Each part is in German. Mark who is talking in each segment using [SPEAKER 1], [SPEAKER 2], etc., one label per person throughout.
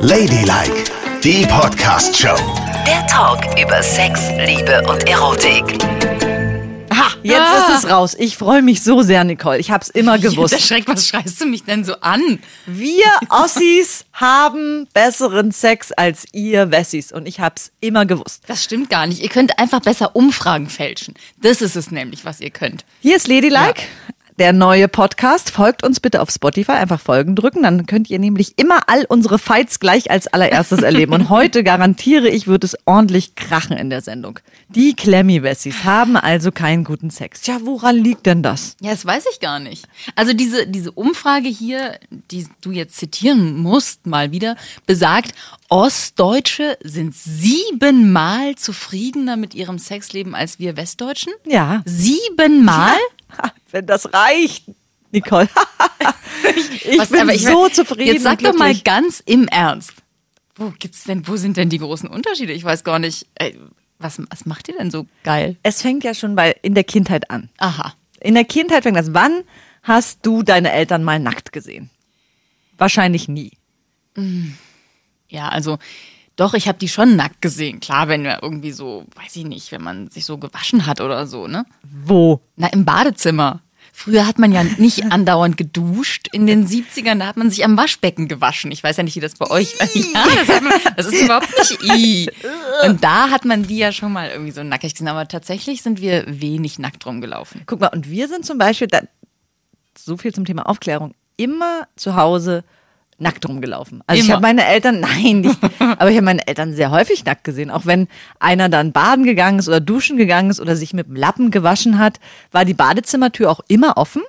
[SPEAKER 1] Ladylike, die Podcast-Show.
[SPEAKER 2] Der Talk über Sex, Liebe und Erotik.
[SPEAKER 3] Ha, jetzt ist es raus. Ich freue mich so sehr, Nicole. Ich habe es immer
[SPEAKER 4] Der
[SPEAKER 3] gewusst.
[SPEAKER 4] Schreck, was schreist du mich denn so an?
[SPEAKER 3] Wir Ossis haben besseren Sex als ihr Wessis. Und ich habe es immer gewusst.
[SPEAKER 4] Das stimmt gar nicht. Ihr könnt einfach besser Umfragen fälschen. Das ist es nämlich, was ihr könnt.
[SPEAKER 3] Hier ist Ladylike. Der neue Podcast. Folgt uns bitte auf Spotify. Einfach Folgen drücken. Dann könnt ihr nämlich immer all unsere Fights gleich als allererstes erleben. Und heute garantiere ich, wird es ordentlich krachen in der Sendung. Die Klemmi-Wessis haben also keinen guten Sex. Tja, woran liegt denn das?
[SPEAKER 4] Ja, das weiß ich gar nicht. Also diese, diese Umfrage hier, die du jetzt zitieren musst, mal wieder, besagt, Ostdeutsche sind siebenmal zufriedener mit ihrem Sexleben als wir Westdeutschen.
[SPEAKER 3] Ja.
[SPEAKER 4] Siebenmal?
[SPEAKER 3] Ha, Wenn das reicht, Nicole. ich
[SPEAKER 4] Was,
[SPEAKER 3] bin
[SPEAKER 4] aber ich
[SPEAKER 3] so
[SPEAKER 4] mein,
[SPEAKER 3] zufrieden.
[SPEAKER 4] Jetzt sag
[SPEAKER 3] und
[SPEAKER 4] doch mal
[SPEAKER 3] glücklich.
[SPEAKER 4] ganz im Ernst. Wo gibt's denn, wo sind denn die großen Unterschiede? Ich weiß gar nicht. Ey, was, was macht ihr denn so geil?
[SPEAKER 3] Es fängt ja schon bei in der Kindheit an.
[SPEAKER 4] Aha.
[SPEAKER 3] In der Kindheit fängt das. Wann hast du deine Eltern mal nackt gesehen? Wahrscheinlich nie.
[SPEAKER 4] Ja, also doch, ich habe die schon nackt gesehen. Klar, wenn wir irgendwie so, weiß ich nicht, wenn man sich so gewaschen hat oder so, ne?
[SPEAKER 3] Wo?
[SPEAKER 4] Na, im Badezimmer. Früher hat man ja nicht andauernd geduscht. In den 70ern, da hat man sich am Waschbecken gewaschen. Ich weiß ja nicht, wie das bei euch war. Ja, das, hat man, das ist überhaupt nicht i. Und da hat man die ja schon mal irgendwie so nackig gesehen. Aber tatsächlich sind wir wenig nackt rumgelaufen.
[SPEAKER 3] Guck mal, und wir sind zum Beispiel, da, so viel zum Thema Aufklärung, immer zu Hause nackt rumgelaufen. Also ich
[SPEAKER 4] Immer.
[SPEAKER 3] habe meine Eltern, nein, nicht, aber ich habe meine Eltern sehr häufig nackt gesehen. Auch wenn einer dann baden gegangen ist oder duschen gegangen ist oder sich mit dem Lappen gewaschen hat, war die Badezimmertür auch immer offen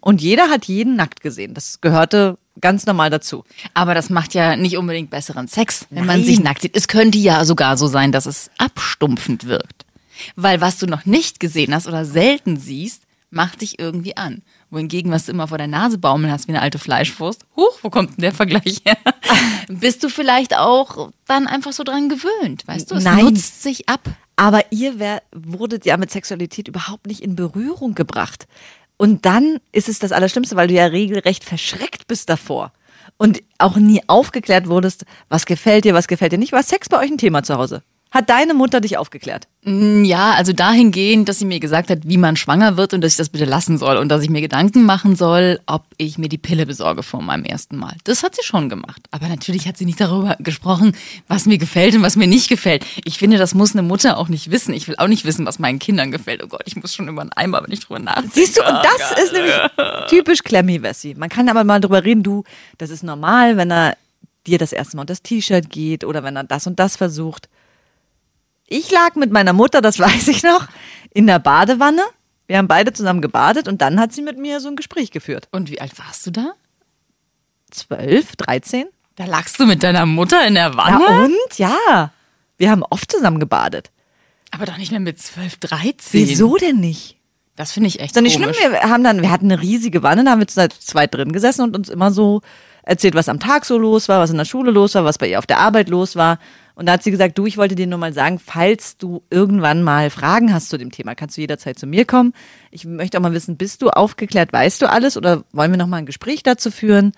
[SPEAKER 3] und jeder hat jeden nackt gesehen. Das gehörte ganz normal dazu.
[SPEAKER 4] Aber das macht ja nicht unbedingt besseren Sex, wenn
[SPEAKER 3] Nein.
[SPEAKER 4] man sich nackt sieht. Es könnte ja sogar so sein, dass es abstumpfend wirkt. Weil was du noch nicht gesehen hast oder selten siehst, macht dich irgendwie an. Wohingegen, was du immer vor der Nase baumeln hast wie eine alte Fleischwurst, huch, wo kommt denn der Vergleich her? Bist du vielleicht auch dann einfach so dran gewöhnt, weißt du? Es
[SPEAKER 3] Nein.
[SPEAKER 4] nutzt sich ab.
[SPEAKER 3] Aber ihr wär, wurdet ja mit Sexualität überhaupt nicht in Berührung gebracht. Und dann ist es das Allerschlimmste, weil du ja regelrecht verschreckt bist davor. Und auch nie aufgeklärt wurdest, was gefällt dir, was gefällt dir nicht. War Sex bei euch ein Thema zu Hause? Hat deine Mutter dich aufgeklärt?
[SPEAKER 4] Ja, also dahingehend, dass sie mir gesagt hat, wie man schwanger wird und dass ich das bitte lassen soll und dass ich mir Gedanken machen soll, ob ich mir die Pille besorge vor meinem ersten Mal. Das hat sie schon gemacht. Aber natürlich hat sie nicht darüber gesprochen, was mir gefällt und was mir nicht gefällt. Ich finde, das muss eine Mutter auch nicht wissen. Ich will auch nicht wissen, was meinen Kindern gefällt. Oh Gott, ich muss schon über einen Eimer, wenn ich drüber nachdenke.
[SPEAKER 3] Siehst du, und das ist nämlich typisch Klemmi-Wessi. Man kann aber mal drüber reden, du, das ist normal, wenn er dir das erste Mal unter das T-Shirt geht oder wenn er das und das versucht. Ich lag mit meiner Mutter, das weiß ich noch, in der Badewanne. Wir haben beide zusammen gebadet und dann hat sie mit mir so ein Gespräch geführt.
[SPEAKER 4] Und wie alt warst du da?
[SPEAKER 3] Zwölf, dreizehn?
[SPEAKER 4] Da lagst du mit deiner Mutter in der
[SPEAKER 3] Ja
[SPEAKER 4] Wanne?
[SPEAKER 3] und? Ja. Wir haben oft zusammen gebadet.
[SPEAKER 4] Aber doch nicht mehr mit 12, 13.
[SPEAKER 3] Wieso denn nicht?
[SPEAKER 4] Das finde ich echt
[SPEAKER 3] Ist doch nicht
[SPEAKER 4] komisch.
[SPEAKER 3] schlimm. Wir haben dann, wir hatten eine riesige Wanne, da haben wir zu zweit drin gesessen und uns immer so erzählt, was am Tag so los war, was in der Schule los war, was bei ihr auf der Arbeit los war. Und da hat sie gesagt, du, ich wollte dir nur mal sagen, falls du irgendwann mal Fragen hast zu dem Thema, kannst du jederzeit zu mir kommen. Ich möchte auch mal wissen, bist du aufgeklärt, weißt du alles oder wollen wir noch mal ein Gespräch dazu führen?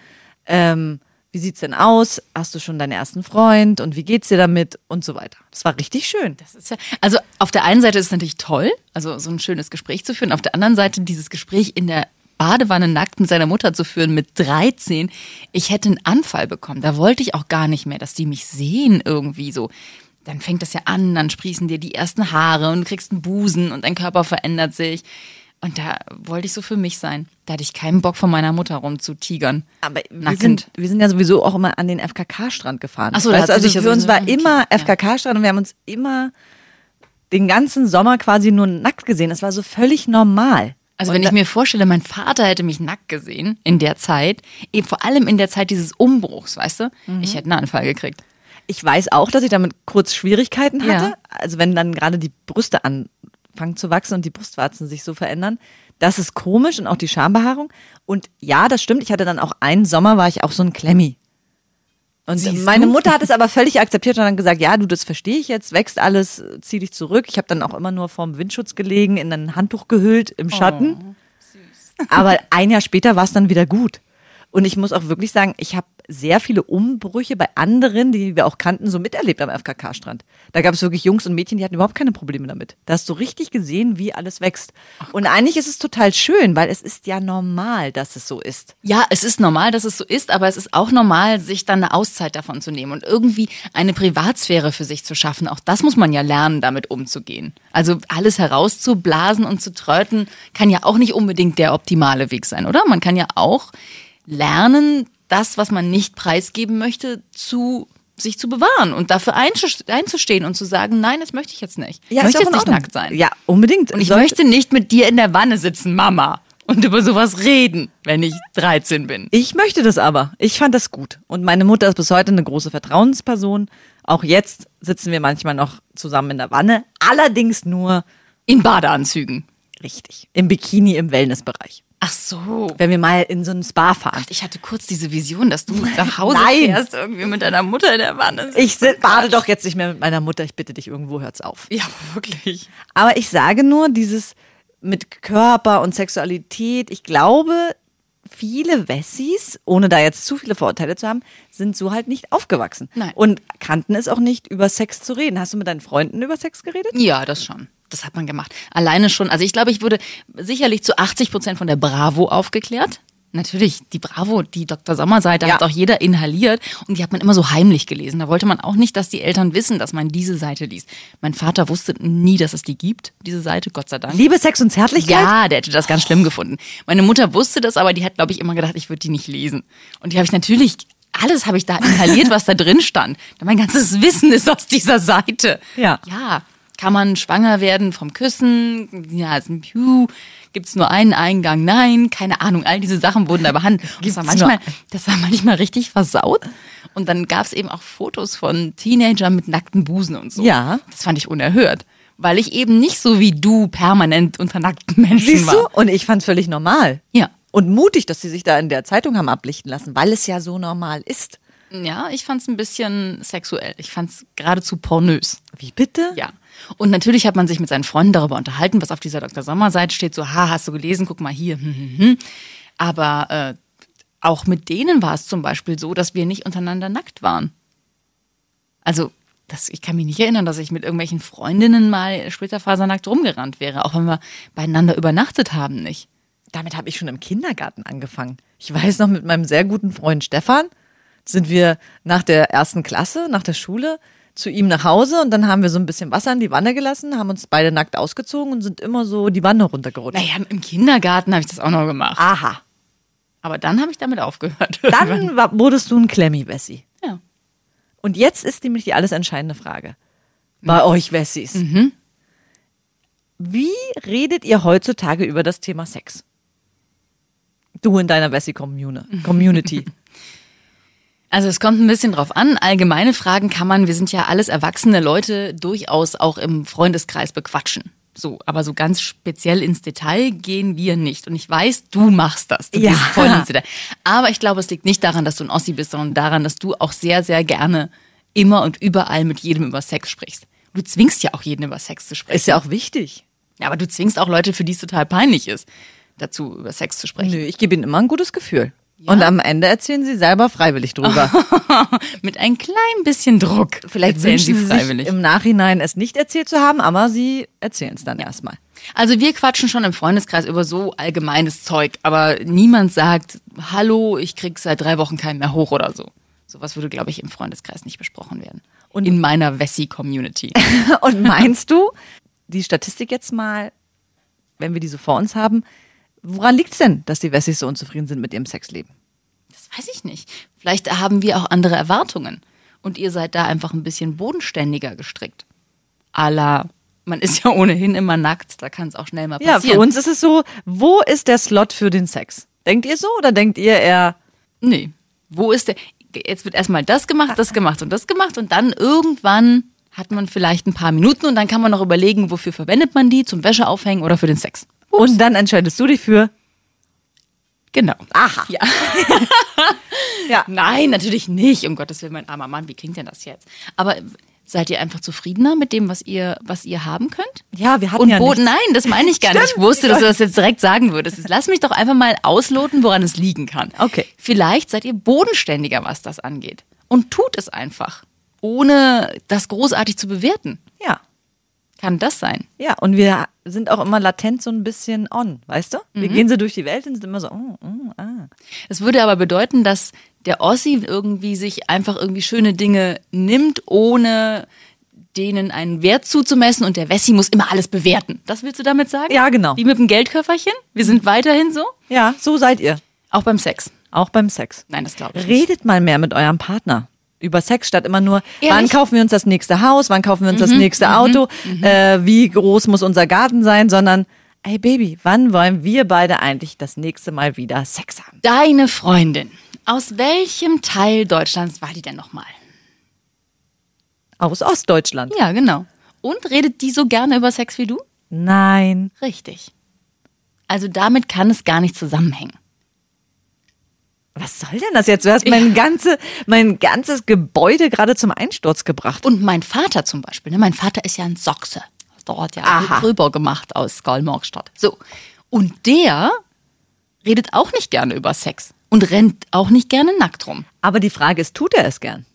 [SPEAKER 3] Ähm, wie sieht's denn aus? Hast du schon deinen ersten Freund und wie geht's dir damit und so weiter? Das war richtig schön.
[SPEAKER 4] Das ist ja, also auf der einen Seite ist es natürlich toll, also so ein schönes Gespräch zu führen. Auf der anderen Seite dieses Gespräch in der Badewanne nackt mit seiner Mutter zu führen mit 13. Ich hätte einen Anfall bekommen. Da wollte ich auch gar nicht mehr, dass die mich sehen irgendwie so. Dann fängt das ja an, dann sprießen dir die ersten Haare und du kriegst einen Busen und dein Körper verändert sich. Und da wollte ich so für mich sein. Da hatte ich keinen Bock von meiner Mutter rumzutigern.
[SPEAKER 3] Aber wir
[SPEAKER 4] Nackend.
[SPEAKER 3] sind, wir sind ja sowieso auch immer an den FKK-Strand gefahren.
[SPEAKER 4] Ach so, da
[SPEAKER 3] weißt, du,
[SPEAKER 4] hat
[SPEAKER 3] also
[SPEAKER 4] sie dich ja
[SPEAKER 3] für uns
[SPEAKER 4] sowieso-
[SPEAKER 3] war immer FKK-Strand und wir haben uns immer den ganzen Sommer quasi nur nackt gesehen. Das war so völlig normal.
[SPEAKER 4] Also
[SPEAKER 3] Und
[SPEAKER 4] wenn ich
[SPEAKER 3] da-
[SPEAKER 4] mir vorstelle, mein Vater hätte mich nackt gesehen in der Zeit, eben vor allem in der Zeit dieses Umbruchs, weißt du?
[SPEAKER 3] Mhm.
[SPEAKER 4] Ich hätte einen Anfall gekriegt.
[SPEAKER 3] ich weiß auch, dass ich damit kurz Schwierigkeiten hatte.
[SPEAKER 4] Ja.
[SPEAKER 3] Also wenn dann gerade die Brüste anfangen zu wachsen und die Brustwarzen sich so verändern, das ist komisch und auch die Schambehaarung. Und ja, das stimmt. Ich hatte dann auch einen Sommer, war ich auch so ein Klemmi. Und
[SPEAKER 4] Siehst
[SPEAKER 3] meine
[SPEAKER 4] du?
[SPEAKER 3] Mutter hat es aber völlig akzeptiert und dann gesagt, ja, du, das verstehe ich jetzt, wächst alles, zieh dich zurück. Ich habe dann auch immer nur vorm Windschutz gelegen, in
[SPEAKER 4] Oh,
[SPEAKER 3] ein Handtuch gehüllt, im Schatten. Aber ein Jahr später war es dann wieder gut. Und ich muss auch wirklich sagen, ich habe sehr viele Umbrüche bei anderen, die wir auch kannten, so miterlebt am FKK-Strand. Da gab es wirklich Jungs und Mädchen, die hatten überhaupt keine Probleme damit. Da hast du richtig gesehen, wie alles wächst. Und eigentlich ist es total schön, weil es ist ja normal, dass es so ist.
[SPEAKER 4] Ja, es ist normal, dass es so ist, aber es ist auch normal, sich dann eine Auszeit davon zu nehmen und irgendwie eine Privatsphäre für sich zu schaffen. Auch das muss man ja lernen, damit umzugehen. Also alles herauszublasen und zu tröten, kann ja auch nicht unbedingt der optimale Weg sein, oder? Man kann ja auch lernen, das, was man nicht preisgeben möchte, zu sich zu bewahren und dafür einzusch- einzustehen und zu sagen, nein, das möchte ich jetzt nicht. ich möchte
[SPEAKER 3] ist auch
[SPEAKER 4] jetzt
[SPEAKER 3] in
[SPEAKER 4] nicht
[SPEAKER 3] Ordnung.
[SPEAKER 4] nackt sein.
[SPEAKER 3] Ja, unbedingt.
[SPEAKER 4] Und ich
[SPEAKER 3] Sollte-
[SPEAKER 4] möchte nicht mit dir in der Wanne sitzen, Mama, und über sowas reden, wenn ich 13 bin.
[SPEAKER 3] Ich möchte das aber. Ich fand das gut. Und meine Mutter ist bis heute eine große Vertrauensperson. Auch jetzt sitzen wir manchmal noch zusammen in der Wanne. Allerdings nur
[SPEAKER 4] In Badeanzügen.
[SPEAKER 3] richtig. Im Bikini im Wellnessbereich.
[SPEAKER 4] Ach so.
[SPEAKER 3] Wenn wir mal in so einen Spa fahren.
[SPEAKER 4] Ich hatte kurz diese Vision, dass du nach Hause
[SPEAKER 3] Nein.
[SPEAKER 4] fährst, irgendwie mit deiner Mutter in der Wanne.
[SPEAKER 3] Ich sit- bade doch jetzt nicht mehr mit meiner Mutter. Ich bitte dich, irgendwo hört's auf.
[SPEAKER 4] ja, aber wirklich.
[SPEAKER 3] Aber ich sage nur, dieses mit Körper und Sexualität, ich glaube, viele Wessis, ohne da jetzt zu viele Vorurteile zu haben, sind so halt nicht aufgewachsen.
[SPEAKER 4] Nein.
[SPEAKER 3] Und kannten es auch nicht, über Sex zu reden. Hast du mit deinen Freunden über Sex geredet?
[SPEAKER 4] Ja, das schon. Das hat man gemacht. Alleine schon. Also ich glaube, ich wurde sicherlich zu 80 Prozent von der Bravo aufgeklärt. Natürlich, die Bravo, die Dr. Sommer-Seite
[SPEAKER 3] Ja.
[SPEAKER 4] hat auch jeder inhaliert und die hat man immer so heimlich gelesen. Da wollte man auch nicht, dass die Eltern wissen, dass man diese Seite liest. Mein Vater wusste nie, dass es die gibt, diese Seite, Gott sei Dank.
[SPEAKER 3] Liebe, Sex und Zärtlichkeit?
[SPEAKER 4] Ja, der hätte das ganz schlimm gefunden. Meine Mutter wusste das, aber die hat, glaube ich, immer gedacht, ich würde die nicht lesen. Und die habe ich natürlich, alles habe ich da inhaliert, was da drin stand. Mein ganzes Wissen ist aus dieser Seite.
[SPEAKER 3] Ja.
[SPEAKER 4] Ja. Kann man schwanger werden vom Küssen? Ja, ist ein Piu. Gibt's nur einen Eingang? Nein, keine Ahnung. All diese Sachen wurden da behandelt. Und Das war,
[SPEAKER 3] Gibt's nur
[SPEAKER 4] manchmal, das war manchmal richtig versaut. Und dann gab's eben auch Fotos von Teenagern mit nackten Busen und so.
[SPEAKER 3] Ja.
[SPEAKER 4] Das fand ich unerhört. Weil ich eben nicht so wie du permanent unter nackten Menschen
[SPEAKER 3] Siehst du?
[SPEAKER 4] war.
[SPEAKER 3] Und ich fand's völlig normal.
[SPEAKER 4] Ja.
[SPEAKER 3] Und mutig, dass sie sich da in der Zeitung haben ablichten lassen, weil es ja so normal ist.
[SPEAKER 4] Ja, ich fand's ein bisschen sexuell. Ich fand's geradezu pornös.
[SPEAKER 3] Wie bitte?
[SPEAKER 4] Ja. Und natürlich hat man sich mit seinen Freunden darüber unterhalten, was auf dieser Dr. Sommer-Seite steht. So, ha, hast du gelesen, guck mal hier. Hm, hm, hm. Aber äh, auch mit denen war es zum Beispiel so, dass wir nicht untereinander nackt waren. Also, das, ich kann mich nicht erinnern, dass ich mit irgendwelchen Freundinnen mal splitterfasernackt rumgerannt wäre, auch wenn wir beieinander übernachtet haben, nicht.
[SPEAKER 3] damit habe ich schon im Kindergarten angefangen. Ich weiß noch, mit meinem sehr guten Freund Stefan sind wir nach der ersten Klasse, nach der Schule, zu ihm nach Hause und dann haben wir so ein bisschen Wasser in die Wanne gelassen, haben uns beide nackt ausgezogen und sind immer so die Wanne runtergerutscht.
[SPEAKER 4] Naja, im Kindergarten habe ich das auch noch gemacht.
[SPEAKER 3] Aha.
[SPEAKER 4] Aber dann habe ich damit aufgehört.
[SPEAKER 3] Dann wa- wurdest du ein Klemmi-Wessi.
[SPEAKER 4] Ja.
[SPEAKER 3] Und jetzt ist nämlich die alles entscheidende Frage. Bei euch Wessis. Wie redet ihr heutzutage über das Thema Sex? Du in deiner Wessi-Community. Community.
[SPEAKER 4] Also es kommt ein bisschen drauf an. Allgemeine Fragen kann man, wir sind ja alles erwachsene Leute, durchaus auch im Freundeskreis bequatschen. So, aber so ganz speziell ins Detail gehen wir nicht. Und ich weiß, du machst das. Du
[SPEAKER 3] Ja.
[SPEAKER 4] gehst voll ins Detail. Aber ich glaube, es liegt nicht daran, dass du ein Ossi bist, sondern daran, dass du auch sehr, sehr gerne immer und überall mit jedem über Sex sprichst. Du zwingst ja auch jeden über Sex zu sprechen.
[SPEAKER 3] Ist ja auch wichtig.
[SPEAKER 4] Ja, aber du zwingst auch Leute, für die es total peinlich ist, dazu über Sex zu sprechen.
[SPEAKER 3] Nö, ich gebe ihnen immer ein gutes Gefühl. Und am Ende erzählen sie selber freiwillig drüber.
[SPEAKER 4] Mit ein klein bisschen Druck.
[SPEAKER 3] Vielleicht
[SPEAKER 4] erzählen
[SPEAKER 3] wünschen sie sich im Nachhinein es nicht erzählt zu haben, aber sie erzählen es dann erstmal.
[SPEAKER 4] Also wir quatschen schon im Freundeskreis über so allgemeines Zeug, aber niemand sagt, hallo, ich krieg seit drei Wochen keinen mehr hoch oder so. Sowas würde, glaube ich, im Freundeskreis nicht besprochen werden. Und in meiner Wessi-Community.
[SPEAKER 3] Und meinst du, die Statistik jetzt mal, wenn wir die so vor uns haben, woran liegt es denn, dass die Wessis so unzufrieden sind mit ihrem Sexleben?
[SPEAKER 4] das weiß ich nicht. Vielleicht haben wir auch andere Erwartungen. Und ihr seid da einfach ein bisschen bodenständiger gestrickt. A la, man ist ja ohnehin immer nackt, da kann es auch schnell mal
[SPEAKER 3] Ja,
[SPEAKER 4] passieren.
[SPEAKER 3] für uns ist es so, wo ist der Slot für den Sex? Denkt ihr so oder denkt ihr eher,
[SPEAKER 4] Nee. Wo ist der? Jetzt wird erstmal das gemacht, das gemacht und das gemacht und dann irgendwann hat man vielleicht ein paar Minuten und dann kann man noch überlegen, wofür verwendet man die? Zum Wäscheaufhängen oder für den Sex?
[SPEAKER 3] und dann entscheidest du dich für,
[SPEAKER 4] Genau.
[SPEAKER 3] aha.
[SPEAKER 4] Ja.
[SPEAKER 3] ja.
[SPEAKER 4] Nein, natürlich nicht. Um Gottes Willen, mein armer Mann, wie klingt denn das jetzt? Aber seid ihr einfach zufriedener mit dem, was ihr, was ihr haben könnt?
[SPEAKER 3] Ja, wir hatten
[SPEAKER 4] Und
[SPEAKER 3] ja
[SPEAKER 4] Boden,
[SPEAKER 3] nichts.
[SPEAKER 4] nein, das meine ich gar nicht. Ich wusste, dass du das jetzt direkt sagen würdest. Jetzt lass mich doch einfach mal ausloten, woran es liegen kann.
[SPEAKER 3] Okay.
[SPEAKER 4] Vielleicht seid ihr bodenständiger, was das angeht. Und tut es einfach, ohne das großartig zu bewerten.
[SPEAKER 3] Ja.
[SPEAKER 4] Kann das sein?
[SPEAKER 3] Ja, und wir sind auch immer latent so ein bisschen on, weißt du? Wir gehen so durch die Welt und sind immer so, mm, mm, ah.
[SPEAKER 4] Es würde aber bedeuten, dass der Ossi irgendwie sich einfach irgendwie schöne Dinge nimmt, ohne denen einen Wert zuzumessen und der Wessi muss immer alles bewerten. Das willst du damit sagen?
[SPEAKER 3] Ja, genau.
[SPEAKER 4] Wie mit dem Geldköfferchen? Wir sind weiterhin so?
[SPEAKER 3] Ja, so seid ihr.
[SPEAKER 4] Auch beim Sex.
[SPEAKER 3] Auch beim Sex.
[SPEAKER 4] Nein, das glaube ich nicht.
[SPEAKER 3] Redet mal mehr mit eurem Partner über Sex, statt immer nur,
[SPEAKER 4] Ehrlich?
[SPEAKER 3] wann kaufen wir uns das nächste Haus, wann kaufen wir uns das nächste Auto, äh, wie groß muss unser Garten sein, sondern, ey Baby, wann wollen wir beide eigentlich das nächste Mal wieder Sex haben?
[SPEAKER 4] Deine Freundin. Aus welchem Teil Deutschlands war die denn nochmal?
[SPEAKER 3] Aus Ostdeutschland.
[SPEAKER 4] Ja, genau. Und redet die so gerne über Sex wie du?
[SPEAKER 3] Nein.
[SPEAKER 4] Richtig. Also damit kann es gar nicht zusammenhängen.
[SPEAKER 3] Was soll denn das jetzt? Du hast mein, ganze, mein ganzes Gebäude gerade zum Einsturz gebracht.
[SPEAKER 4] Und mein Vater zum Beispiel, ne? mein Vater ist ja ein Sochse. Dort ja
[SPEAKER 3] Aha.
[SPEAKER 4] drüber gemacht aus Skalmorgstadt. So. Und der redet auch nicht gerne über Sex und rennt auch nicht gerne nackt rum.
[SPEAKER 3] Aber die Frage ist, tut er es gern?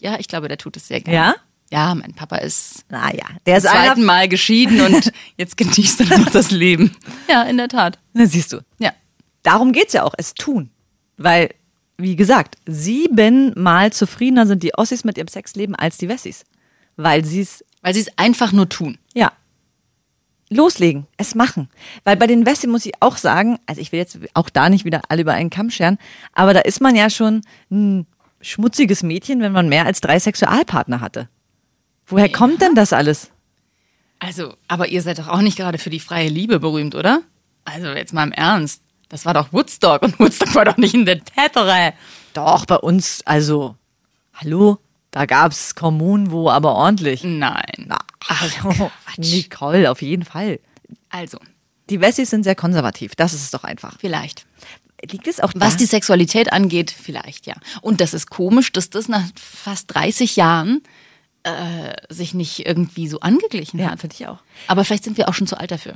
[SPEAKER 4] Ja, ich glaube, der tut es sehr gerne.
[SPEAKER 3] Ja?
[SPEAKER 4] Ja, Also mein Papa ist
[SPEAKER 3] Naja, der ist
[SPEAKER 4] zum zweiten
[SPEAKER 3] einer.
[SPEAKER 4] Mal geschieden und jetzt genießt er noch das Leben. Ja, in der Tat.
[SPEAKER 3] Na, siehst du.
[SPEAKER 4] Ja.
[SPEAKER 3] Darum geht's ja auch, es tun. Weil, wie gesagt, siebenmal zufriedener sind die Ossis mit ihrem Sexleben als die Wessis. Weil sie es,
[SPEAKER 4] Weil sie es einfach nur tun.
[SPEAKER 3] ja, loslegen, es machen. Weil bei den Wessis muss ich auch sagen, also ich will jetzt auch da nicht wieder alle über einen Kamm scheren, aber da ist man ja schon ein schmutziges Mädchen, wenn man mehr als drei Sexualpartner hatte. Woher kommt denn das alles?
[SPEAKER 4] Also, aber ihr seid doch auch nicht gerade für die freie Liebe berühmt, oder? Also, jetzt mal im Ernst. Das war doch Woodstock und Woodstock war doch nicht in der Täterei.
[SPEAKER 3] Doch, bei uns, also, hallo, da gab's Kommunen, wo aber ordentlich.
[SPEAKER 4] Nein.
[SPEAKER 3] Ach, also, Nicole, auf jeden Fall.
[SPEAKER 4] Also,
[SPEAKER 3] Die Wessis sind sehr konservativ, das ist es doch einfach.
[SPEAKER 4] vielleicht.
[SPEAKER 3] Liegt es auch
[SPEAKER 4] Was
[SPEAKER 3] da?
[SPEAKER 4] die Sexualität angeht, vielleicht ja. Und das ist komisch, dass das nach fast 30 Jahren äh, sich nicht irgendwie so angeglichen
[SPEAKER 3] Ja,
[SPEAKER 4] hat.
[SPEAKER 3] finde ich auch.
[SPEAKER 4] Aber vielleicht sind wir auch schon zu alt dafür.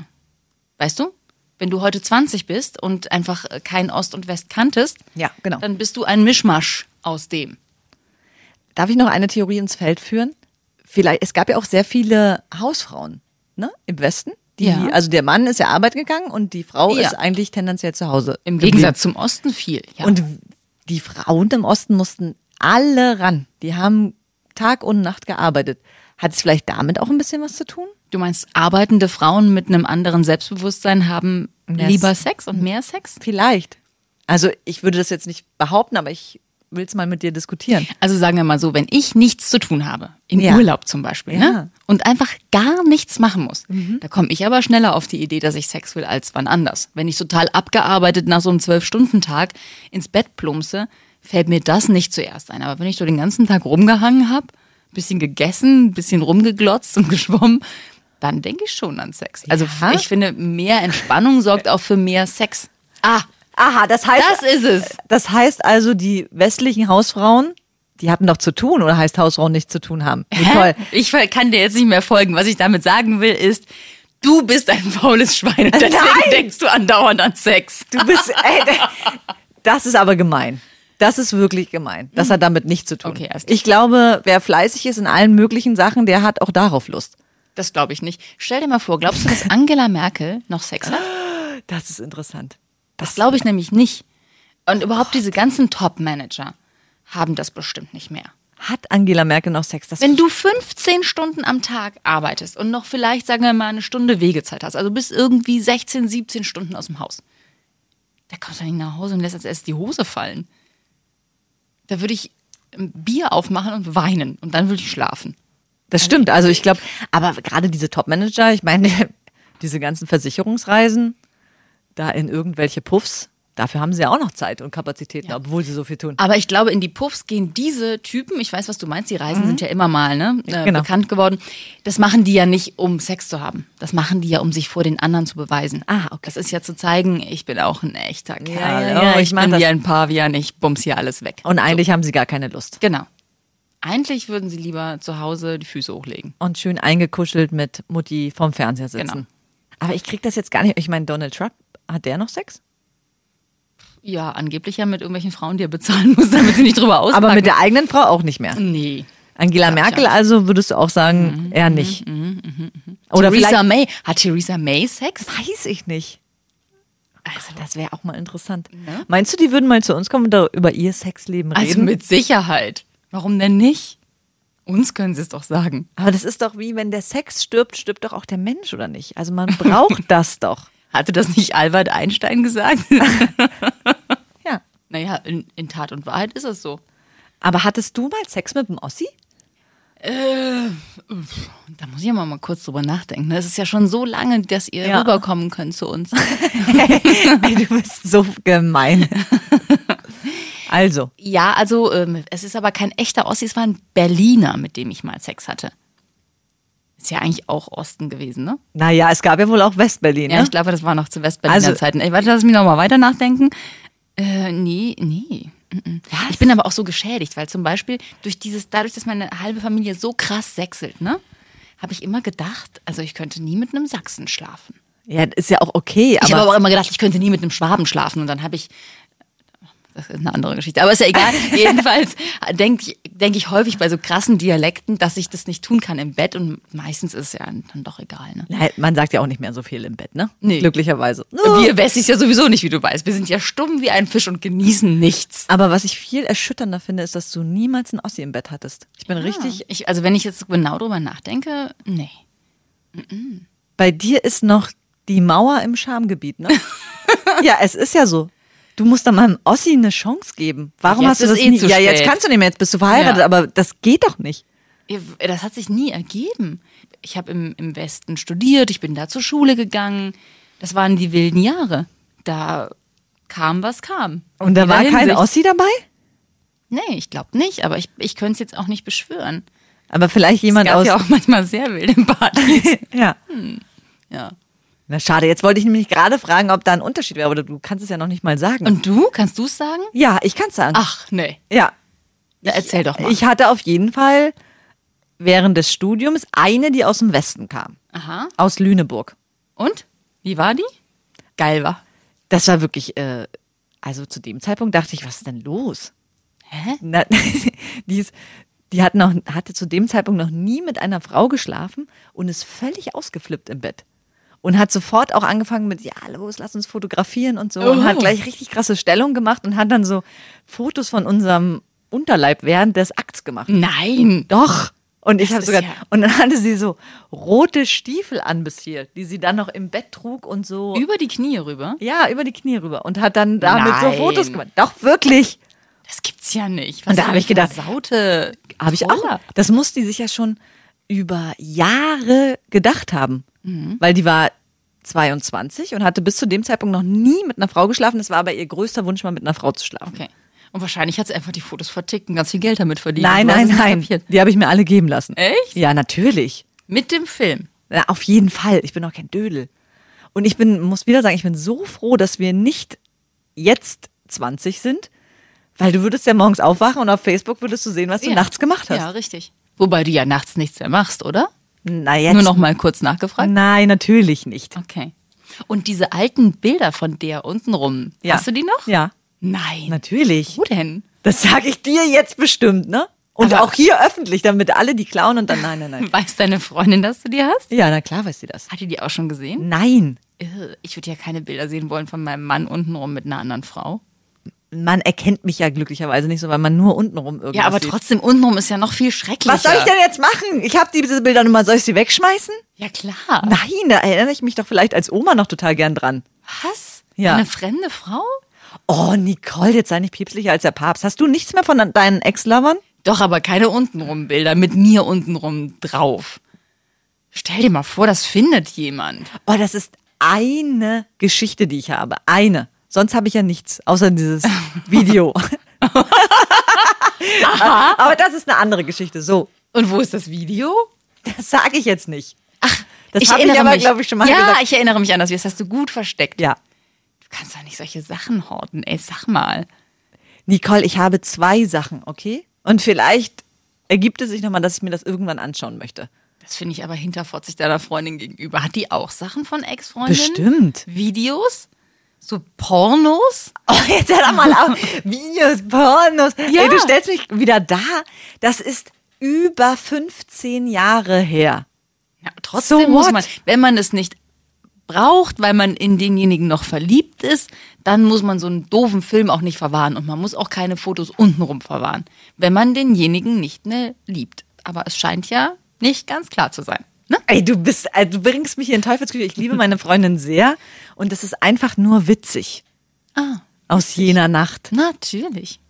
[SPEAKER 4] Weißt du? Wenn du heute 20 bist und einfach äh, kein Ost und West kanntest,
[SPEAKER 3] Ja, genau.
[SPEAKER 4] dann bist du ein Mischmasch aus dem.
[SPEAKER 3] Darf ich noch eine Theorie ins Feld führen? Vielleicht, es gab ja auch sehr viele Hausfrauen ne? im Westen. Die,
[SPEAKER 4] Ja.
[SPEAKER 3] Also der Mann ist ja arbeiten gegangen und die Frau
[SPEAKER 4] Ja.
[SPEAKER 3] ist eigentlich tendenziell zu Hause.
[SPEAKER 4] Im
[SPEAKER 3] geblieben.
[SPEAKER 4] Gegensatz zum Osten viel. Ja.
[SPEAKER 3] Und die Frauen im Osten mussten alle ran. Die haben Tag und Nacht gearbeitet. Hat es vielleicht damit auch ein bisschen was zu tun?
[SPEAKER 4] du meinst, arbeitende Frauen mit einem anderen Selbstbewusstsein haben
[SPEAKER 3] Mehr Mhm.
[SPEAKER 4] lieber
[SPEAKER 3] Sex.
[SPEAKER 4] Sex und mehr Sex?
[SPEAKER 3] Vielleicht. Also ich würde das jetzt nicht behaupten, aber ich will es mal mit dir diskutieren.
[SPEAKER 4] Also sagen wir mal so, wenn ich nichts zu tun habe, im
[SPEAKER 3] Ja.
[SPEAKER 4] Urlaub zum Beispiel,
[SPEAKER 3] Ja. Mhm.
[SPEAKER 4] ne? und einfach gar nichts machen muss, da komme ich aber schneller auf die Idee, dass ich Sex will als wann anders. Wenn ich total abgearbeitet nach so einem Zwölf-Stunden-Tag ins Bett plumpse, fällt mir das nicht zuerst ein. Aber wenn ich so den ganzen Tag rumgehangen habe, bisschen gegessen, bisschen rumgeglotzt und geschwommen, dann denke ich schon an Sex. Also
[SPEAKER 3] Ja.
[SPEAKER 4] ich finde, mehr Entspannung sorgt auch für mehr Sex. Ah,
[SPEAKER 3] Aha, das heißt.
[SPEAKER 4] das ist es.
[SPEAKER 3] Das heißt also, die westlichen Hausfrauen, die hatten doch zu tun oder heißt Hausfrauen nichts zu tun haben. Nicole.
[SPEAKER 4] Hä? Ich ver- kann dir jetzt nicht mehr folgen. Was ich damit sagen will, ist, du bist ein faules Schwein und deswegen
[SPEAKER 3] Nein!
[SPEAKER 4] denkst du andauernd an Sex.
[SPEAKER 3] Du bist. Ey, das ist aber gemein. Das ist wirklich gemein. Das hat damit nichts zu tun.
[SPEAKER 4] Okay, erst-
[SPEAKER 3] ich glaube, wer fleißig ist in allen möglichen Sachen, der hat auch darauf Lust.
[SPEAKER 4] Das glaube ich nicht. Stell dir mal vor, glaubst du, dass Angela Merkel noch Sex hat?
[SPEAKER 3] Das ist interessant.
[SPEAKER 4] Das glaube ich nämlich nicht. Und überhaupt diese ganzen Top-Manager haben das bestimmt nicht mehr.
[SPEAKER 3] Hat Angela Merkel noch Sex? Das
[SPEAKER 4] Wenn du 15 Stunden am Tag arbeitest und noch vielleicht, sagen wir mal, eine Stunde Wegezeit hast, also bist irgendwie 16, 17 Stunden aus dem Haus, da kommst du nicht nach Hause und lässt als erst die Hose fallen. Da würde ich ein Bier aufmachen und weinen und dann würde ich schlafen.
[SPEAKER 3] Das stimmt. Also ich glaube, aber gerade diese Top-Manager, ich meine, diese ganzen Versicherungsreisen, da in irgendwelche Puffs, dafür haben sie ja auch noch Zeit und Kapazitäten, obwohl sie so viel tun.
[SPEAKER 4] Aber ich glaube, in die Puffs gehen diese Typen, ich weiß, was du meinst, die Reisen sind ja immer mal ne, äh,
[SPEAKER 3] Mhm. Genau.
[SPEAKER 4] bekannt geworden. Das machen die ja nicht, um Sex zu haben. Das machen die ja, um sich vor den anderen zu beweisen.
[SPEAKER 3] Ah, okay.
[SPEAKER 4] Das ist ja zu zeigen, ich bin auch ein echter Kerl.
[SPEAKER 3] ja, ja,
[SPEAKER 4] oh, ich,
[SPEAKER 3] ich mach
[SPEAKER 4] bin
[SPEAKER 3] das.
[SPEAKER 4] wie ein Pavian, ich bums hier alles weg.
[SPEAKER 3] Und eigentlich haben sie gar keine Lust.
[SPEAKER 4] Genau. Eigentlich würden sie lieber zu Hause die Füße hochlegen.
[SPEAKER 3] Und schön eingekuschelt mit Mutti vom Fernseher sitzen.
[SPEAKER 4] Genau.
[SPEAKER 3] Aber ich krieg das jetzt gar nicht. Ich meine, Donald Trump, hat der noch Sex?
[SPEAKER 4] Ja, angeblich ja mit irgendwelchen Frauen, die er bezahlen muss, damit sie nicht drüber auspacken.
[SPEAKER 3] Aber mit der eigenen Frau auch nicht mehr.
[SPEAKER 4] Nee.
[SPEAKER 3] Angela
[SPEAKER 4] Mhm. Ja,
[SPEAKER 3] Merkel,
[SPEAKER 4] tja. Mhm.
[SPEAKER 3] also würdest du auch sagen, eher nicht. Oder
[SPEAKER 4] Theresa
[SPEAKER 3] vielleicht
[SPEAKER 4] May. Hat Theresa May Sex?
[SPEAKER 3] weiß ich nicht. Also, das wäre auch mal interessant.
[SPEAKER 4] Ne?
[SPEAKER 3] Meinst du, die würden mal zu uns kommen und da über ihr Sexleben reden?
[SPEAKER 4] Also mit Sicherheit. Warum denn nicht? Uns können sie es doch sagen.
[SPEAKER 3] Aber das ist doch wie, wenn der Sex stirbt, stirbt doch auch der Mensch, oder nicht? Also man braucht das doch.
[SPEAKER 4] Hatte das nicht Albert Einstein gesagt?
[SPEAKER 3] Ja.
[SPEAKER 4] naja, in, in Tat und Wahrheit ist es so.
[SPEAKER 3] Aber hattest du mal Sex mit dem Ossi?
[SPEAKER 4] Da muss ich ja mal, mal kurz drüber nachdenken. ne? Es ist ja schon so lange, dass ihr
[SPEAKER 3] Ja.
[SPEAKER 4] rüberkommen könnt zu uns.
[SPEAKER 3] Ey, du bist so gemein. Also,
[SPEAKER 4] ja, also ähm, es ist aber kein echter Ossi, es war ein Berliner, mit dem ich mal Sex hatte. Ist ja eigentlich auch Osten gewesen, ne?
[SPEAKER 3] naja, es gab ja wohl auch Westberlin.
[SPEAKER 4] Ja,
[SPEAKER 3] ne?
[SPEAKER 4] ich glaube, das war noch zu Westberliner
[SPEAKER 3] Also-
[SPEAKER 4] Zeiten. Ich warte, lass mich nochmal weiter nachdenken. Äh, nee, nee. mhm. Ich bin aber auch so geschädigt, weil zum Beispiel durch dieses, dadurch, dass meine halbe Familie so krass sechselt, ne, habe ich immer gedacht, also ich könnte nie mit einem Sachsen schlafen.
[SPEAKER 3] ja, ist ja auch okay,
[SPEAKER 4] Ich habe
[SPEAKER 3] aber
[SPEAKER 4] aber auch immer gedacht, ich könnte nie mit einem Schwaben schlafen. Und dann habe ich. Das ist eine andere Geschichte. Aber ist ja egal. Jedenfalls denke ich, denk ich häufig bei so krassen Dialekten, dass ich das nicht tun kann im Bett. Und meistens ist es ja dann doch egal. Ne?
[SPEAKER 3] Nein, man sagt ja auch nicht mehr so viel im Bett, ne?
[SPEAKER 4] Nee.
[SPEAKER 3] Glücklicherweise.
[SPEAKER 4] Wir Wessis ja sowieso nicht, wie du weißt. Wir sind ja stumm wie ein Fisch und genießen nichts.
[SPEAKER 3] Aber was ich viel erschütternder finde, ist, dass du niemals einen Ossi im Bett hattest. Ich bin richtig.
[SPEAKER 4] Ich, also wenn ich jetzt genau drüber nachdenke, nee.
[SPEAKER 3] Bei dir ist noch die Mauer im Schamgebiet, ne? ja, es ist ja so. Du musst dann mal einem Ossi eine Chance geben. Warum
[SPEAKER 4] Jetzt
[SPEAKER 3] hast du
[SPEAKER 4] ist
[SPEAKER 3] das
[SPEAKER 4] eh
[SPEAKER 3] nie?
[SPEAKER 4] zu
[SPEAKER 3] Ja, jetzt
[SPEAKER 4] spät.
[SPEAKER 3] kannst du nicht mehr, jetzt bist du verheiratet,
[SPEAKER 4] Ja.
[SPEAKER 3] aber das geht doch nicht.
[SPEAKER 4] Das hat sich nie ergeben. Ich habe im, im Westen studiert, ich bin da zur Schule gegangen. Das waren die wilden Jahre. Da kam, was kam.
[SPEAKER 3] Und da
[SPEAKER 4] In
[SPEAKER 3] war
[SPEAKER 4] jeder
[SPEAKER 3] kein
[SPEAKER 4] Hinsicht.
[SPEAKER 3] Ossi dabei?
[SPEAKER 4] Nee, ich glaube nicht, aber ich, ich könnte es jetzt auch nicht beschwören.
[SPEAKER 3] Aber vielleicht
[SPEAKER 4] Es
[SPEAKER 3] jemand
[SPEAKER 4] gab
[SPEAKER 3] aus.
[SPEAKER 4] ja auch manchmal sehr wilde Partys.
[SPEAKER 3] ja.
[SPEAKER 4] ja.
[SPEAKER 3] Na schade, jetzt wollte ich nämlich gerade fragen, ob da ein Unterschied wäre, aber du- du kannst es ja noch nicht mal sagen.
[SPEAKER 4] Und du, kannst du es sagen?
[SPEAKER 3] ja, ich kann es sagen.
[SPEAKER 4] Ach, nee.
[SPEAKER 3] Ja.
[SPEAKER 4] Na, erzähl doch mal.
[SPEAKER 3] Ich hatte auf jeden Fall während des Studiums eine, die aus dem Westen kam.
[SPEAKER 4] Aha.
[SPEAKER 3] Aus Lüneburg.
[SPEAKER 4] Und? Wie war die? Geil war.
[SPEAKER 3] Das war wirklich, äh, also zu dem Zeitpunkt dachte ich, was ist denn los?
[SPEAKER 4] Hä?
[SPEAKER 3] Na, die, ist, die hat noch, hatte zu dem Zeitpunkt noch nie mit einer Frau geschlafen und ist völlig ausgeflippt im Bett. Und hat sofort auch angefangen mit, ja, los, lass uns fotografieren und so. Und
[SPEAKER 4] Oh.
[SPEAKER 3] hat gleich richtig krasse Stellung gemacht und hat dann so Fotos von unserem Unterleib während des Akts gemacht.
[SPEAKER 4] Nein.
[SPEAKER 3] Doch. Und ich
[SPEAKER 4] Das
[SPEAKER 3] habe
[SPEAKER 4] ist
[SPEAKER 3] sogar
[SPEAKER 4] ja-
[SPEAKER 3] und dann hatte sie so rote Stiefel an bis hier, die sie dann noch im Bett trug und so
[SPEAKER 4] Über die Knie rüber?
[SPEAKER 3] ja über die Knie rüber und hat dann damit so
[SPEAKER 4] Nein.
[SPEAKER 3] Fotos gemacht. Doch wirklich,
[SPEAKER 4] Das gibt's ja nicht.
[SPEAKER 3] Und da hab ich gedacht,
[SPEAKER 4] Saute.
[SPEAKER 3] habe ich auch. Das muss die sich ja schon über Jahre gedacht haben,
[SPEAKER 4] Mhm.
[SPEAKER 3] weil die war 22 und hatte bis zu dem Zeitpunkt noch nie mit einer Frau geschlafen. Das war aber ihr größter Wunsch, mal mit einer Frau zu schlafen.
[SPEAKER 4] Okay. Und wahrscheinlich hat sie einfach die Fotos vertickt und ganz viel Geld damit verdient.
[SPEAKER 3] Nein,
[SPEAKER 4] Du hast
[SPEAKER 3] nein,
[SPEAKER 4] es nicht
[SPEAKER 3] nein.
[SPEAKER 4] kapiert.
[SPEAKER 3] Die habe ich mir alle geben lassen.
[SPEAKER 4] Echt?
[SPEAKER 3] Ja, natürlich.
[SPEAKER 4] Mit dem Film.
[SPEAKER 3] Na, auf jeden Fall. Ich bin auch kein Dödel. Und ich bin, muss wieder sagen, ich bin so froh, dass wir nicht jetzt 20 sind, weil du würdest ja morgens aufwachen und auf Facebook würdest du sehen, was du
[SPEAKER 4] Ja.
[SPEAKER 3] nachts gemacht hast.
[SPEAKER 4] Ja, richtig. Wobei du ja nachts nichts mehr machst, oder?
[SPEAKER 3] Na, jetzt.
[SPEAKER 4] Nur noch mal kurz nachgefragt.
[SPEAKER 3] Nein, natürlich nicht.
[SPEAKER 4] Okay. Und diese alten Bilder von der unten rum,
[SPEAKER 3] Ja.
[SPEAKER 4] hast du die noch?
[SPEAKER 3] Ja,
[SPEAKER 4] Nein.
[SPEAKER 3] natürlich.
[SPEAKER 4] Wo denn?
[SPEAKER 3] Das sage ich dir jetzt bestimmt, ne? Und
[SPEAKER 4] Aber-
[SPEAKER 3] auch hier öffentlich, damit alle die klauen und dann nein, nein, nein.
[SPEAKER 4] Weiß deine Freundin, dass du die hast?
[SPEAKER 3] Ja, na klar weiß sie das.
[SPEAKER 4] Hat die die auch schon gesehen?
[SPEAKER 3] Nein,
[SPEAKER 4] Irr, Ich würde ja keine Bilder sehen wollen von meinem Mann untenrum mit einer anderen Frau.
[SPEAKER 3] man erkennt mich ja glücklicherweise nicht so, weil man nur untenrum irgendwas
[SPEAKER 4] Ja, aber
[SPEAKER 3] sieht.
[SPEAKER 4] trotzdem untenrum ist ja noch viel schrecklicher.
[SPEAKER 3] Was soll ich denn jetzt machen? Ich habe diese Bilder nun mal, soll ich sie wegschmeißen?
[SPEAKER 4] Ja klar.
[SPEAKER 3] Nein, da erinnere ich mich doch vielleicht als Oma noch total gern dran.
[SPEAKER 4] Was?
[SPEAKER 3] Ja.
[SPEAKER 4] Eine fremde Frau?
[SPEAKER 3] Oh, Nicole, jetzt sei nicht päpstlicher als der Papst. Hast du nichts mehr von deinen Ex-Lovern?
[SPEAKER 4] Doch, aber keine untenrum Bilder mit mir untenrum drauf. Stell dir mal vor, das findet jemand.
[SPEAKER 3] Oh, das ist eine Geschichte, die ich habe. Eine. Sonst habe ich ja nichts, außer dieses Video. Aber das ist eine andere Geschichte. So,
[SPEAKER 4] Und wo ist das Video?
[SPEAKER 3] das sage ich jetzt nicht. Ach, das
[SPEAKER 4] Ich
[SPEAKER 3] habe
[SPEAKER 4] erinnere
[SPEAKER 3] ich aber,
[SPEAKER 4] mich.
[SPEAKER 3] glaube ich, schon mal
[SPEAKER 4] Ja,
[SPEAKER 3] gesagt.
[SPEAKER 4] ich erinnere mich an das. Das hast du gut versteckt.
[SPEAKER 3] Ja.
[SPEAKER 4] Du kannst doch nicht solche Sachen horten. Ey, sag mal.
[SPEAKER 3] Nicole, ich habe zwei Sachen, okay? Und vielleicht ergibt es sich nochmal, dass ich mir das irgendwann anschauen möchte.
[SPEAKER 4] Das finde ich aber hinterfotzig deiner Freundin gegenüber. Hat die auch Sachen von Ex-Freundinnen?
[SPEAKER 3] Bestimmt.
[SPEAKER 4] Videos? So Pornos?
[SPEAKER 3] Oh, jetzt hör doch mal auf. Videos, Pornos.
[SPEAKER 4] Ja.
[SPEAKER 3] Ey, du stellst mich wieder da. Das ist über 15 Jahre her.
[SPEAKER 4] Ja, trotzdem
[SPEAKER 3] So
[SPEAKER 4] muss
[SPEAKER 3] what?
[SPEAKER 4] man, wenn man es nicht braucht, weil man in denjenigen noch verliebt ist, dann muss man so einen doofen Film auch nicht verwahren und man muss auch keine Fotos untenrum verwahren, wenn man denjenigen nicht mehr liebt. Aber es scheint ja nicht ganz klar zu sein. Ne?
[SPEAKER 3] Ey, du bist, äh, du bringst mich hier in Teufelsküche. Ich liebe meine Freundin sehr und das ist einfach nur witzig
[SPEAKER 4] Ah,
[SPEAKER 3] aus jener Nacht.
[SPEAKER 4] natürlich.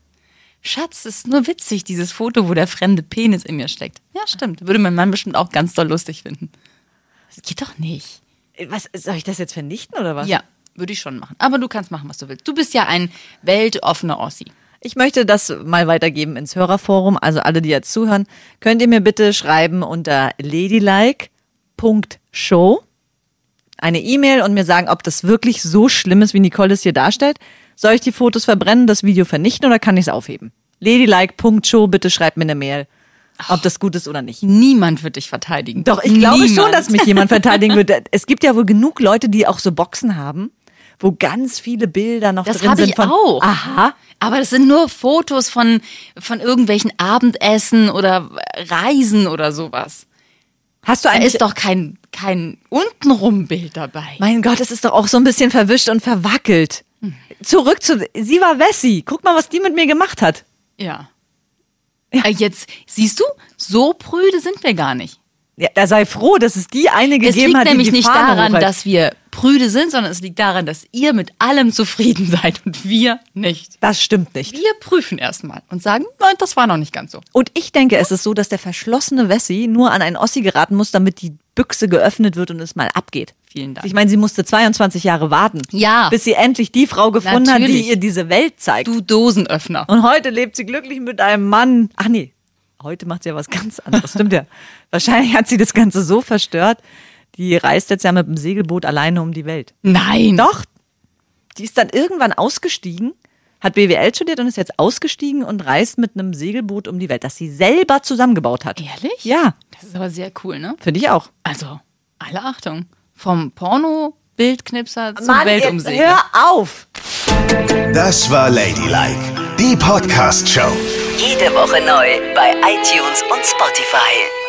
[SPEAKER 4] Schatz, es ist nur witzig, dieses Foto, wo der fremde Penis in mir steckt. Ja, stimmt. Würde mein Mann bestimmt auch ganz doll lustig finden. Das geht doch nicht.
[SPEAKER 3] Ey, Äh, Was soll ich das jetzt vernichten oder was?
[SPEAKER 4] Ja, würde ich schon machen. Aber du kannst machen, was du willst. Du bist ja ein weltoffener Ossi.
[SPEAKER 3] Ich möchte das mal weitergeben ins Hörerforum. Also alle, die jetzt zuhören, könnt ihr mir bitte schreiben unter ladylike.show eine E-Mail und mir sagen, ob das wirklich so schlimm ist, wie Nicole es hier darstellt. Soll ich die Fotos verbrennen, das Video vernichten oder kann ich es aufheben? Ladylike.show, bitte schreibt mir eine Mail, ob das gut ist oder nicht.
[SPEAKER 4] Niemand wird dich verteidigen.
[SPEAKER 3] Doch, ich glaube
[SPEAKER 4] Niemand.
[SPEAKER 3] schon, dass mich jemand verteidigen würde. Es gibt ja wohl genug Leute, die auch so Boxen haben, wo ganz viele Bilder noch
[SPEAKER 4] Das
[SPEAKER 3] drin
[SPEAKER 4] habe
[SPEAKER 3] sind.
[SPEAKER 4] ich
[SPEAKER 3] von,
[SPEAKER 4] auch.
[SPEAKER 3] Aha.
[SPEAKER 4] Aber das sind nur Fotos von, von irgendwelchen Abendessen oder Reisen oder sowas.
[SPEAKER 3] Hast du
[SPEAKER 4] Da
[SPEAKER 3] eigentlich
[SPEAKER 4] ist doch kein, kein untenrum Bild dabei.
[SPEAKER 3] Mein Gott, es ist doch auch so ein bisschen verwischt und verwackelt.
[SPEAKER 4] Hm.
[SPEAKER 3] Zurück zu. Sie war Wessi. Guck mal, was die mit mir gemacht hat.
[SPEAKER 4] Ja. Äh, Jetzt, siehst du, so prüde sind wir gar nicht.
[SPEAKER 3] Ja, da sei froh, dass es die eine
[SPEAKER 4] Es
[SPEAKER 3] gegeben hat,
[SPEAKER 4] liegt
[SPEAKER 3] halt die
[SPEAKER 4] nämlich
[SPEAKER 3] die
[SPEAKER 4] nicht
[SPEAKER 3] Fahne
[SPEAKER 4] daran,
[SPEAKER 3] hochhält.
[SPEAKER 4] dass wir prüde sind, sondern es liegt daran, dass ihr mit allem zufrieden seid und wir nicht.
[SPEAKER 3] Das stimmt nicht.
[SPEAKER 4] Wir prüfen erstmal und sagen, nein, das war noch nicht ganz so.
[SPEAKER 3] Und ich denke, es ist so, dass der verschlossene Wessi nur an einen Ossi geraten muss, damit die Büchse geöffnet wird und es mal abgeht.
[SPEAKER 4] Vielen Dank.
[SPEAKER 3] Ich meine, sie musste 22 Jahre warten,
[SPEAKER 4] Ja.
[SPEAKER 3] bis sie endlich die Frau gefunden hat,
[SPEAKER 4] Natürlich.
[SPEAKER 3] die ihr diese Welt zeigt.
[SPEAKER 4] Du Dosenöffner.
[SPEAKER 3] Und heute lebt sie glücklich mit einem Mann. Ach nee, heute macht sie ja was ganz anderes. Stimmt ja. Wahrscheinlich hat sie das Ganze so verstört. Die reist jetzt ja mit dem Segelboot alleine um die Welt.
[SPEAKER 4] Nein.
[SPEAKER 3] Doch, die ist dann irgendwann ausgestiegen, hat BWL studiert und ist jetzt ausgestiegen und reist mit einem Segelboot um die Welt, das sie selber zusammengebaut hat.
[SPEAKER 4] Ehrlich?
[SPEAKER 3] Ja,
[SPEAKER 4] Das ist aber sehr cool, ne?
[SPEAKER 3] finde ich auch.
[SPEAKER 4] Also, alle Achtung. Vom Porno-Bildknipser zum
[SPEAKER 3] Mann, jetzt
[SPEAKER 4] Weltumsegler.
[SPEAKER 3] Hör auf!
[SPEAKER 1] Das war Ladylike, die Podcast-Show.
[SPEAKER 2] Jede Woche neu bei iTunes und Spotify.